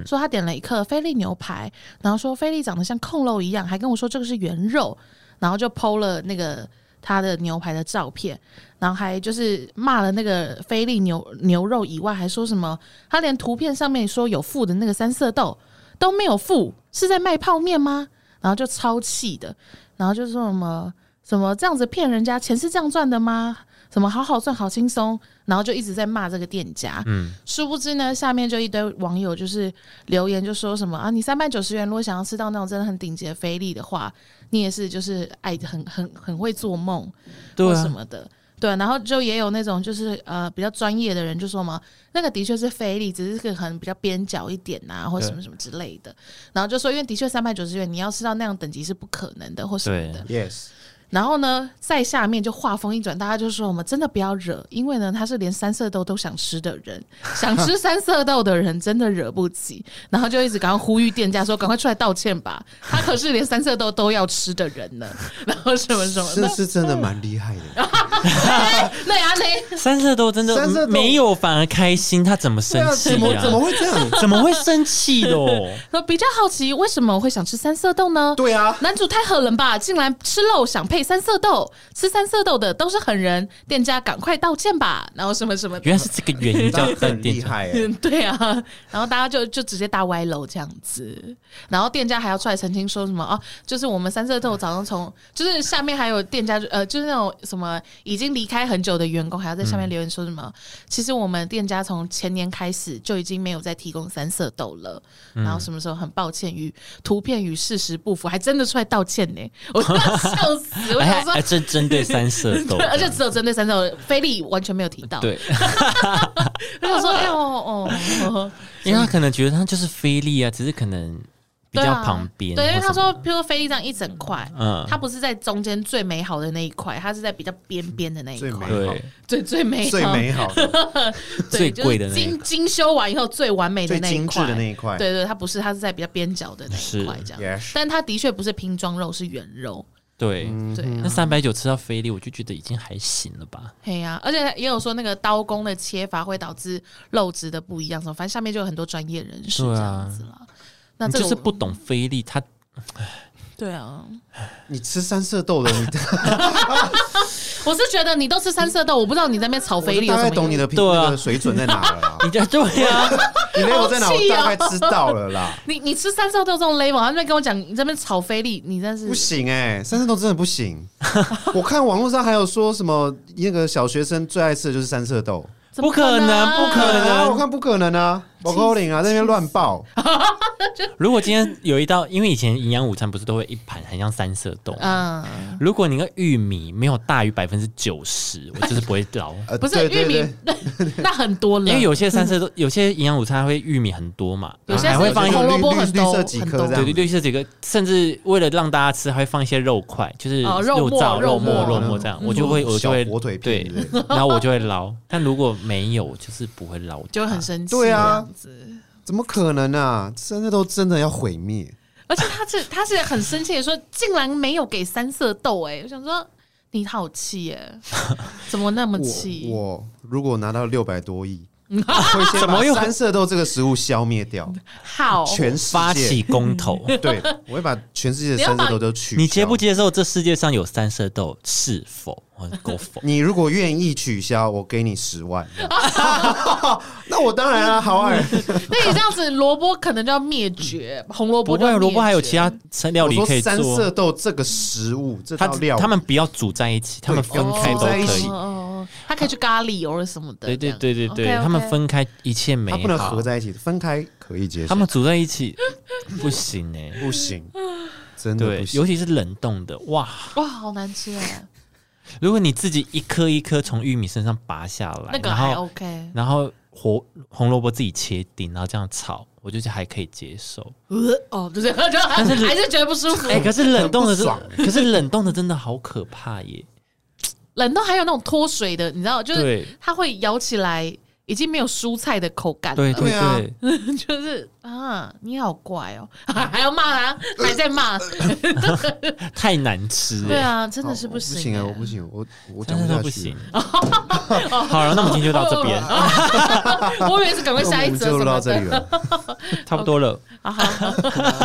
说他点了一克菲力牛排，然后说菲力长得像控肉一样，还跟我说这个是原肉，然后就剖了那个他的牛排的照片，然后还就是骂了那个菲力牛牛肉以外，还说什么他连图片上面说有附的那个三色豆都没有附，是在卖泡面吗？然后就超气的，然后就说什么什么这样子骗人家钱是这样赚的吗？什么好好赚好轻松，然后就一直在骂这个店家，
嗯，
殊不知呢，下面就一堆网友就是留言，就说什么啊，你三百九十元，如果想要吃到那种真的很顶级的菲力的话，你也是就是爱很很很会做梦，
对
或
啊
什么的。对，然后就也有那种就是呃比较专业的人就说嘛，那个的确是菲力，只是可能比较边角一点呐、或
对
什么什么之类的。然后就说，因为的确三百九十元，你要吃到那样等级是不可能的，或什么
对
的。
，yes，
然后呢，在下面就话锋一转，大家就说我们真的不要惹，因为呢他是连三色豆都想吃的人， 想吃三色豆的人真的惹不起。然后就一直赶快呼吁店家说赶快出来道歉吧，他可是连三色豆都要吃的人呢。 然后什么什么
这
的，
是真的蛮厉害 的，
那阿雷
三色豆真的
三色豆
没有反而开心，他怎么生
对啊，
气
怎么怎么会这样？
怎么会生气的 哦？
说比较好奇为什么我会想吃三色豆呢？
对啊，
男主太狠了吧！竟然吃肉想配三色豆，吃三色豆的都是狠人，店家赶快道歉吧！然后什么什么的，
原来是这个原因
这
叫
样很
店
厉
家
害欸，
嗯，对啊，然后大家就就直接大歪楼这样子，然后店家还要出来澄清说什么哦、就是我们三色豆早上从就是下面还有店家呃，就是那种什么已经离开很久的员工还要在下
嗯
面留言说什么，其实我们店家从前年开始就已经没有再提供三色豆了，
嗯
然后什么时候很抱歉与图片与事实不符，还真的出来道歉呢，我都要笑死，我
哎
想
还
说
还。针针对三色豆，
而且只有针对三色豆，菲力完全没有提到。
对，
我想说，哎呦，哦哦哦，
因为他可能觉得他就是菲力啊，只是可能比
对
较
啊
旁边或
对，
什么的，
因为他说，譬如说菲力这样一整块，
嗯
它不是在中间最美好的那一块，它是在比较边边的那一
最
块，
美好
对，
最最美好、
最美好 的、
对
最贵的那
就
一
是
块
精精修完以后最完美的
最
那一
精致
块
的那一块，
对对，它不是，它是在比较边角的那一块
是
这样。
，yes，
但它的确不是拼装肉，是原肉。
对。
对啊
那三百九吃到菲力，我就觉得已经还行了吧。
嘿呀、而且也有说那个刀工的切法会导致肉质的不一样，什么反正下面就有很多专业人士
对
这
啊
样子啦。那
你
这个
就是
我
不懂菲力，他
对啊，
你吃三色豆的，你
我是觉得你都吃三色豆，我不知道你在那边炒
我
肥
就
力有
大
什
概
么
懂你
用
的评
对啊。
那个水准在哪 了啦
你这对啊，
你 level 在哪，
好
我
气哦
大概知道 了啦。
你你吃三色豆这种 level，他那边跟我讲你这边炒菲力，你真是
不行哎、三色豆真的不行。我看网络上还有说什么那个小学生最爱吃的就是三色豆，
怎么
不可能不可能
啊！我看不可能啊，我高龄啊，在那边乱报，
如果今天有一道，因为以前营养午餐不是都会一盘很像三色豆，
嗯，
如果你那个玉米没有大于百分之九十，我就是不会捞。
呃，
不是
对对
玉
对
米，那很多了，
因为有些三色豆，有些营养午餐会玉米很多嘛，
有
然
些
后还会放一
是
些
红
绿
萝卜很
绿
多
色几颗
很
这
多
对
样
对对，这几个，甚至为了让大家吃，还会放一些肉块，就是
哦肉末
燥、
肉
肉
末
末、肉末这样，
嗯
我就会
嗯
我就会
小火腿
对
片之类，
然后我就会捞。但如果没有，我就是不会捞它，
就会很生气，
对啊
这样子。
怎么可能啊？三色豆真的要毁灭，
而且他是他是很生气的说，竟然没有给三色豆，哎，我想说。你好气耶、怎么那么
我
气？
我如果拿到六百 多亿，会先把三色豆这个食物消灭掉，
好，
全世
发
界。
起公 投，
对，我会把全世界的三色豆都取消。？
你接不？接受这世界上有三色豆是否？我够否
你如果愿意取消，我给你十万。 那我当然
嗯
啊，好啊。
那你这样子，萝卜可能就要灭绝，红萝卜
不
就要
会，萝卜还有
灭绝
其他料
我
理
说
可以
三色
做。
豆这个食物，这
他
道料理
他们不要煮在一起，他们分开都可
哦煮在一
以
起。
哦，它可以去咖喱或者什么的。
对对对对对
OK，OK
他们分开一切美
它
好，
不能合在一起，分开可以接受。
他们煮在一起不行哎、
不行，真的
对
不，行。
尤其是冷冻的哇！
哇，好难吃哎，
如果你自己一颗一颗从玉米身上拔下来，
那个
然
还
后
OK。
然后火红萝卜自己切丁，然后这样炒，我就是还可以接受。
呃哦，就是 就还
是
还是觉得不舒服
哎、。可是冷冻的真
很不，
可是冷冻的真的好可怕耶！
冷冻还有那种脱水的，你知道，就是
对
它会咬起来已经没有蔬菜的口感
对
了。
对
对啊
对，
就是啊，你好怪哦， 还要骂他，
呃
还在骂。
太难吃
对
了。
啊，真的是
不
行
行
哎
啊，我不行，我我
真
讲
的都
下
不
去
行
了。。
好了，那我们今天就到这边，
欸我以为是赶快
那
下
啊我
一
们
则
就
什
到
么
这里
的。
了。
差不多了。
啊好，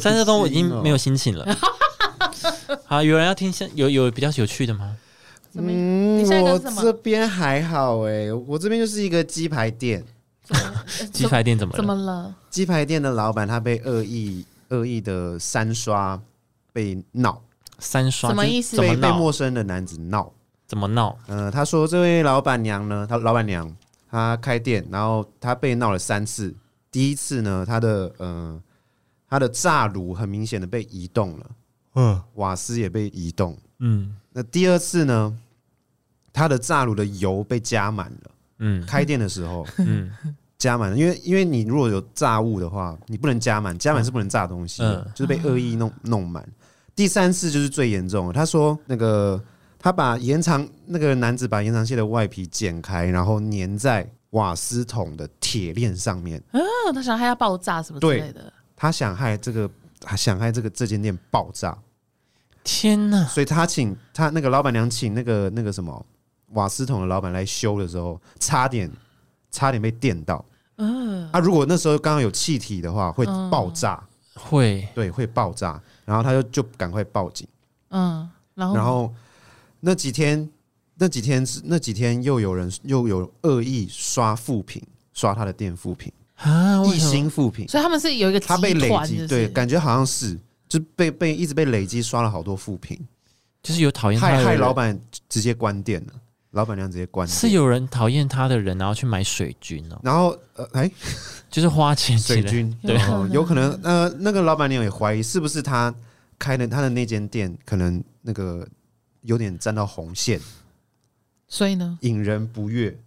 三色钟我已经没有心情了。
哦
好，有人要听现有有比较有趣的吗？
怎么
嗯
你下一个
我
是什么
这边还好哎、我这边就是一个鸡排店，
鸡排店怎么
怎么
了？
了？
鸡排店的老板他被恶意恶意的三刷，被闹，
三刷
什么
就是
意思
怎么
被被
闹？
陌生的男子闹。
怎么闹？
呃，他说这位老板娘呢，她老板娘她开店，然后她被闹了三次。第一次呢，她的呃她的炸炉很明显的被移动了，
嗯
瓦斯也被移动。
嗯
那第二次呢，她的炸炉的油被加满了。
嗯
开店的时候，
嗯
加满，因为因为你如果有炸物的话，你不能加满，加满是不能炸东西的，
嗯
就是被恶意弄弄满。第三次就是最严重了，他说那个他把延长那个男子把延长线的外皮剪开，然后粘在瓦斯桶的铁链上面，
嗯，他想他要爆炸什么之
对
类的。
他想害这个想害这个这间店爆炸，
天哪！
所以他请他那个老板娘请那个那个什么瓦斯桶的老板来修的时候，差点差点被电到。嗯，啊，如果那时候刚刚有气体的话，会爆炸，
嗯
会
对，会爆炸。然后他就就赶快报警。
嗯，然后
然后那几天，那几天是那几天又有人又有恶意刷负评，刷他的店负评，
啊？为
一
什么？
心负评，
所以他们是有一个集
他被累
团，
积，
就
对，
是
感觉好像是就被被一直被累积刷了好多负评。
就是有讨厌他
害
的
害
人
老板直接关店了，老板娘直接关店。
是有人讨厌他的人，然后去买水军哦，
然后呃，哎、
就是花钱
水
请人。
军
对
哦有可能呃，那个老板娘也怀疑是不是他开的他的那间店可能那个有点沾到红线，
所以呢，
引人不悦。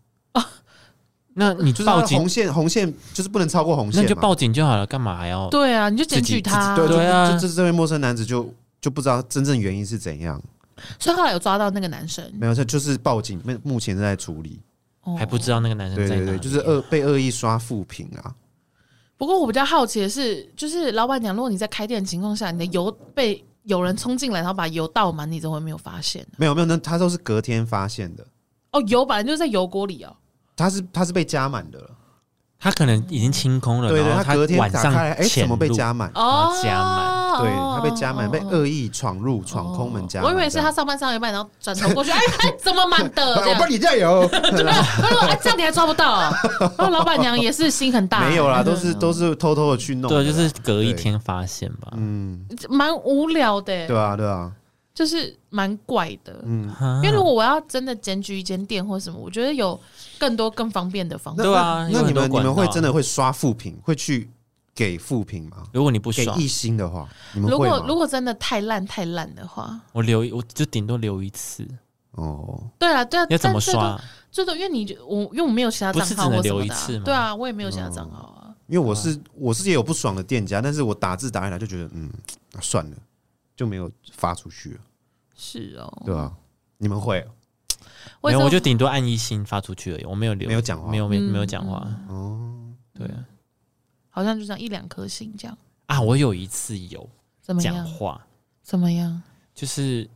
那你
就是他
报
的
警
红，线，红线就是不能超过红线
那
嘛，
就报警就好了，干嘛还要？
对啊，你就检
自己
举他。
对
对啊
就就这这位陌生男子就就不知道真正原因是怎样，
嗯
所以后来有抓到那个男生，
没有，这就是报警，目目前正在处理。
哦
还不知道那个男生
对
嗯在
对
哪
对，
里？啊
就是恶被恶意刷负评啊，
不过我比较好奇的是，就是老板娘，如果你在开店的情况下，你的油被有人冲进来，然后把油倒满，你怎么会没有发现？
没有没有，那他都是隔天发现的，
哦，油本来就是在油锅里哦。
他是他是被加满的了。
他可能已经清空了，
对
然
对，
后
他隔天
晚
打
上
开来，哎，
潜
怎么被
入
加满？
把
哦
它，加满
对他被加满，被
哦
恶意闯入、闯空门加满。
我以为是他
这
上班上一半，然后转头 过去，哎哎，怎么满的？这
样，哎我
样，
帮你加 油。
对啊，他说哎，这样你还抓不到 啊？然后老板娘也是心很大，嗯
没有啦，都是都是偷偷的去弄的啊啦。
对，就是隔一
对
天发现吧。
嗯，
蛮无聊的，欸
对啊，对啊，
就是蛮怪的。
嗯，
啊
因为如果我要真的检举一间店或什么，我觉得有更多更方便的方
那
法。
对啊
那
有
那
很
你
多
们你
管
们会
道啊
真的会刷负评，会去给负评吗？
如果你不
给
爽，
一星的话，你们
如
会
果如
吗？
果真的太烂太烂的话，
我留一我就顶多留一次，
哦，
对啊对啊，
要怎
但
么
最多
刷？
最多，因为你就我因为我没有其他账
不是只
号
能
或什
留
么
一
的啊
次吗
对啊，我也没有其他账号啊。
因为我是我是也有不爽的店家，但是我打字打一打就觉得，嗯，啊算了，就没有发出去了，
是哦，
对啊，你们会哦
为
没有，
什么
我就顶多按一星发出去而已，我没有留，
没有讲话
没有没有
嗯
没有讲话。
哦，
对啊
好像就这样一两颗星这样，
啊，我有一次有
怎么
讲
样？
话，
怎么样？
就是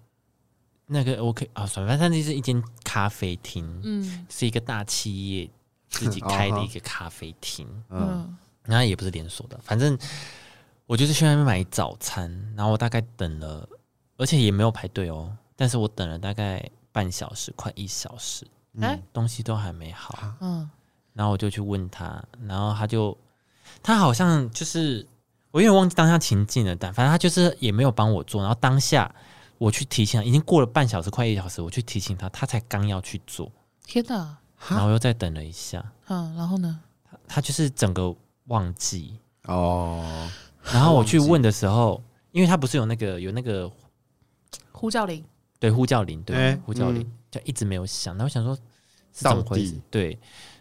那个我可以啊，算了反正就是一间咖啡厅，
嗯
是一个大企业自己
哦
开的
好
一个咖啡厅，
嗯，
嗯
然后也不是连锁的，反正我就是去那边买早餐，然后我大概等了，而且也没有排队哦，但是我等了大概半小时，快一小时，
嗯哎
东西都还没好，
嗯
然后我就去问他，然后他就他好像就是我有点忘记当下情境了，但反正他就是也没有帮我做，然后当下我去提醒他，已经过了半小时，快一小时，我去提醒他，他才刚要去做，
天哪，
然后
哈
我又再等了一下，
嗯，然后呢？
他就是整个忘记，
哦，
然后我去问的时候，因为他不是有那个有那个
呼叫铃，
对呼叫铃，对、
哎
呼叫铃、
嗯
就一直没有响，然后我想说是怎么回
到
事
底？
对，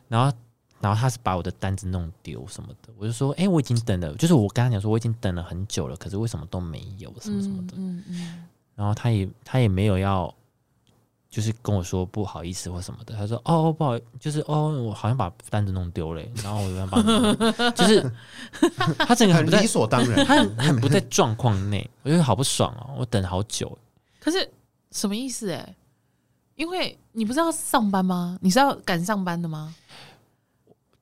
然后然后他是把我的单子弄丢什么的，我就说，哎、我已经等了，就是我跟他讲说我已经等了很久了，可是为什么都没有什么什么的，
嗯嗯
然后他也他也没有要。就是跟我说不好意思或什么的，他说哦不好，就是哦我好像把单子弄丢了欸，然后我就帮你，就是 他整个很
很
不在
理，所当然，
他很很不在状况内，我觉得好不爽哦，我等好久，
可是什么意思、欸？哎，因为你不是要上班吗？你是要赶上班的吗？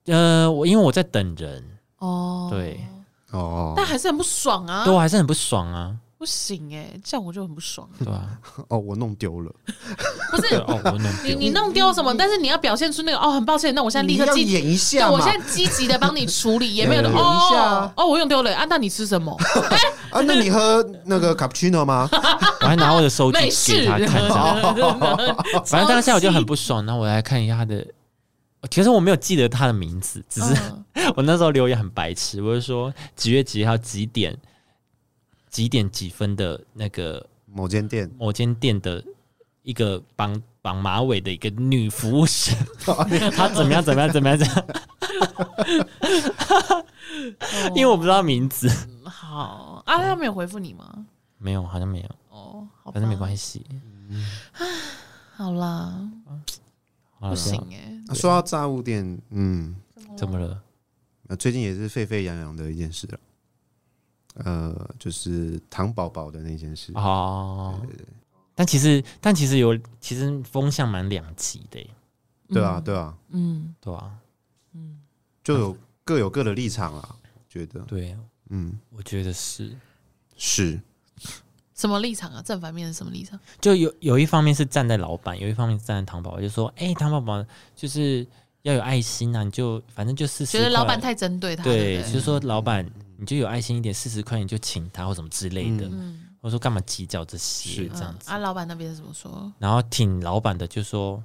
呃，我因为我在等人，
哦，
对，
哦
但还是很不爽啊
对，我还是很不爽啊，
不行哎、这样我就很不爽。
对吧、
哦，我弄丢了，
不
对
是
哦，我弄
你
丢
你弄丢什么，但是你要表现出那个哦，很抱歉，那我现在立刻
你要
积，
演一
对
下
我
嘛
现，在积极的帮你处理，也没 有
对演一下
哦
啊
哦，我用丢了啊，那你吃什么？
啊，那你喝那个 cappuccino 吗？
我还拿我的手机
没
给
事，哦
他看，这样。 反正当下我就很不爽，然后我来看一下他的。其实我没有记得他的名字，只是
嗯
我那时候留言很白痴，我就说几月几号几点几点几分的那个
某间店，
某间店的一个绑绑马尾的一个女服务 生，她怎么样怎么样怎么样怎么样，
哦
因为我不知道名字，
好啊，他没有回复你吗？
没有，好像没有，
哦，好吧，
反正没关系。
好啦，
好
不
了，
行哎、
啊说到炸物店，嗯，
怎么了？
呃最近也是沸沸扬扬的一件事了，呃，就是糖宝宝的那件事，
啊
哦，但其实但其实有其实风向蛮两极的耶，
对啊，对啊，
嗯，
对啊，
就
啊
有各有各的立场啦，我觉得，
对，
嗯，
我觉得是。
是，
什么立场啊？正反面是什么立场？
就有有一方面是站在老板，有一方面是站在糖宝宝，就说：“哎、糖宝宝就是要有爱心啊，你就反正就四十。”
觉得老板太针对他，对
对，
不
就是
对，
说老板你就有爱心一点，四十块你就请他或什么之类的。
嗯，
我说干嘛计较这些
是
这样子？
嗯啊，老板那边是怎么说？
然后挺老板的就说：“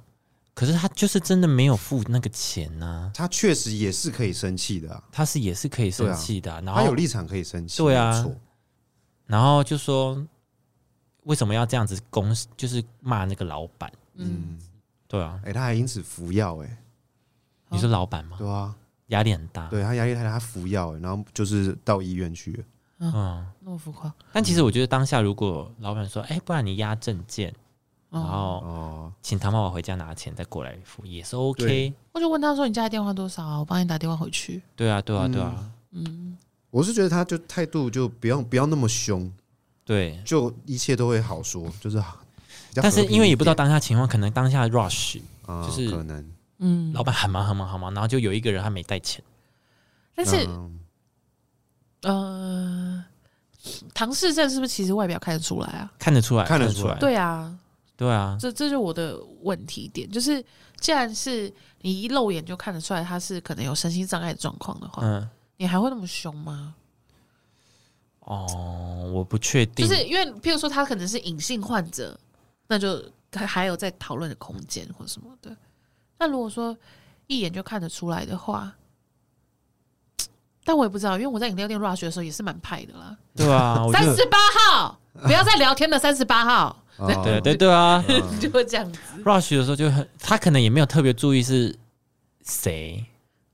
可是他就是真的没有付那个钱啊呐、
他确实也是可以生气的、啊，
他是也是可以生
对啊
气的啊、然后
他有立场可以生气，
对啊
没错
然后就说为什么要这样子攻，就是骂那个老板？
嗯，
对啊，
哎、他还因此服药、哎，
你说老板吗？
对啊，
压力很大。
对他压力太大，他服药、哎，然后就是到医院去了，
嗯，
那么浮夸，
但其实我觉得当下如果老板说，哎、不然你压证件，然
哦，
后
哦，
请唐爸爸回家拿钱再过来付，也是 OK
对。
我就问他说：“你家的电话多少啊？我帮你打电话回去。
对啊，对啊，对啊，
嗯”
我是觉得他就态度就不要不要那么凶，
对。
就一切都会好说，就是啊。比较
但是
和平
因为
一
也不知道
点
当下情况，可能当下 rush，
啊，
就是
可能，
嗯
老板很忙很忙很忙，然后就有一个人他没带钱，
但是、
嗯
呃，唐氏症是不是其实外表看得出来啊？
看得出来，
看得
得
出来
来，
对啊，
对啊，
这这就是我的问题点，就是既然是你一露眼就看得出来他是可能有身心障碍的状况的话，
嗯，
你还会那么凶吗？
哦，我不确定，
就是因为譬如说他可能是隐性患者，那就他还有在讨论的空间或什么的。那如果说一眼就看得出来的话，但我也不知道，因为我在饮料店 rush 的时候也是蛮派的啦。
对啊，我觉
三
得，
十八号，不要再聊天了，三十八号，
哦
对对对啊，
就会这样子。
rush 的时候就很，他可能也没有特别注意是谁，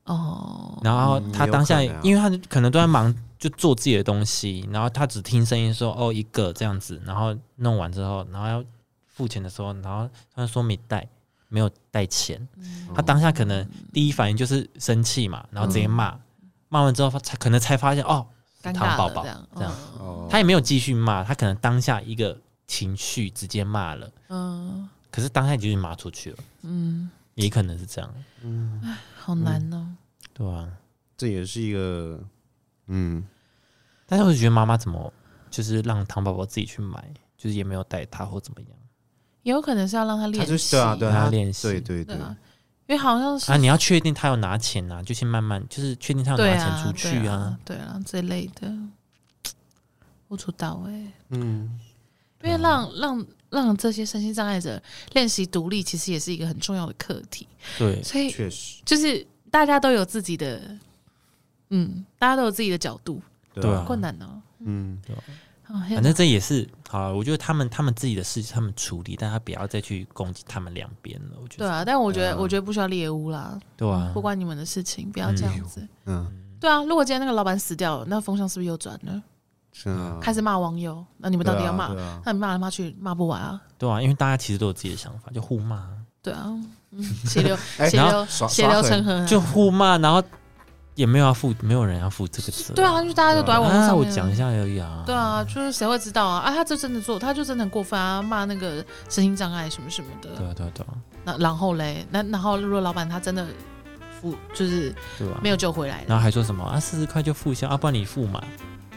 哦，
然后
嗯
他
有
当下，
可能啊
因为他可能都在忙，就做自己的东西，然后他只听声音说哦一个这样子，然后弄完之后，然后要付钱的时候，然后他说没带，没有带钱，
嗯
他当下可能第一反应就是生气嘛，然后直接骂，
嗯
骂完之后他才可能才发现哦，
尴
糖
尬
宝
了
宝
这样，
这样
嗯
哦，
他也没有继续骂，他可能当下一个情绪直接骂了，
嗯，
可是当下就是骂出去了，
嗯，
也可能是这样，
好难哦。
对啊。
这也是一个，嗯，
但是我就觉得妈妈怎么就是让糖宝宝自己去买，就是也没有带他或怎么样
也有可能是要让他
他
练
就
习，
对啊，对
让
啊，
他
他
练习
对对
对
对，
啊，因为好像是
啊？你要确定他有拿钱啊，就先慢慢就是确定他有
对
拿
啊
钱出去
对
啊
啊，，对啊这类的，不知道哎、
嗯，
因为让让让这些身心障碍者练习独立，其实也是一个很重要的课题，
对
所以
确实，
就是大家都有自己的，嗯，大家都有自己的角度，
对
好
啊
困难哦。
嗯，
哦
反正这也是好啊，我觉得他们他们自己的事情他们处理，但他不要再去攻击他们两边了。我觉
对
得
啊，但我觉得，我觉得不需要猎巫啦，
对啊
不，关你们的事情，不要这样子。
嗯，
对啊，如果今天那个老板死掉了，那风向是不是又转了？
是啊，
开始骂网友，那你们到底要骂？
对啊
那你骂来骂去骂不完啊。
对啊，因为大家其实都有自己的想法，就互骂啊，
对啊， 嗯，血流
哎
血
然
流
后耍
血流
耍狠
成河啊，
就互骂，然后也没有要负，没有人要负这个责。
对啊，就大家就躲在网络
啊，
上
我
面啊
讲一下而已啊。
对啊，就是谁会知道啊？啊，他就真的做，他就真的很过分啊，骂那个身心障碍什么什么
对
的。
啊，对啊，对啊，
那然后嘞，那然后如果老板他真的付，就是
对啊。
没有救回来
然
了，
后还说什么啊？四十块就付一下，啊，不然你付嘛，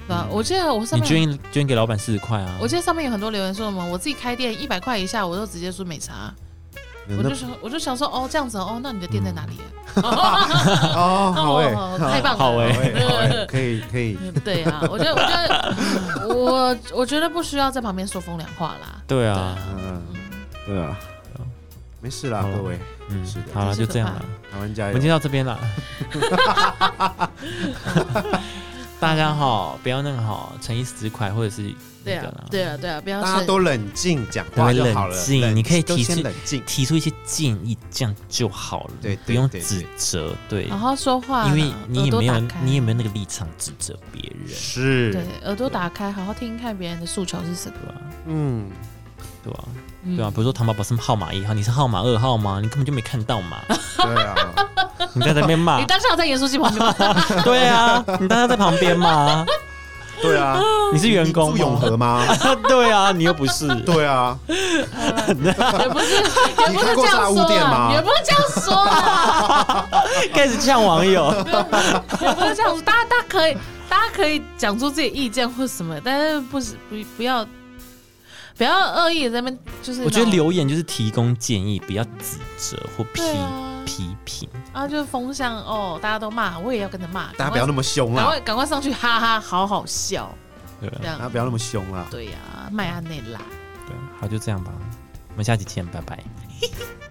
对吧、我记得我上
你
面，
捐捐给老板四十块啊。
我记得上面有很多留言说什么，我自己开店一百块以下，我都直接说没差。我就
啊那
说，我就想说，哦，这样子哦，那你的店在哪里、啊
哦，好哎，
哦太
嗯欸好
棒了！
好
欸
哎，好哎，可以可以，
对啊，我觉得，我觉得，我我觉得不需要在旁边说风凉话啦。
对啊，
嗯，对啊，没事啦，
好了
各位，
嗯
是，的
好了，
真是
就
可
这样
怕
了，
台湾加
我
油
们，就到这边 了。大家好，不要那个好，乘以十块或者是
对
那个
啊
啦，
对啊，对啊，不要
大家
生
都冷静讲话
对
就好了，
冷静你可以
都
提
先
示
冷静，
提出一些建议，这样就好了，
对对
不用
对
指责，对，
好哦好说话啦，
因为你也没有
耳朵打开
你也没有那个立场指责别人，
是，
对耳朵打开，好好听听看别人的诉求是什么。
对吧？
嗯，
对吧？
嗯
对吧？比如说唐宝宝是号码一号，你是号码二号吗？你根本就没看到嘛，
对啊，
你在那边骂
你，当下有在严肃机旁边 吗？
对啊，你当时在旁边吗？
对啊，
你是员工
你住永
吗？
和吗？
对啊，你又不是，
对啊，
也不是，也
你
不是
看过
这样
炸物
说
店
啦，
吗
也不是这样说啦，
开始呛网友。
也不是这样说。大家，大家可以，大家可以讲出自己意见或什么，但是不是不不要不要恶意地在那边，就是
我觉
那
得
种
留言就是提供建议，不要指责或批
对啊
批评。
啊，就是风向哦，大家都骂，我也要跟着骂，
大家不要那么凶啊
赶
啦，
快赶快上去，哈哈，好好笑，
对
这
啊，
样
大家不要那么凶啦。
对呀、麦安内拉。
对啊，好，就这样吧，我们下期见，拜拜。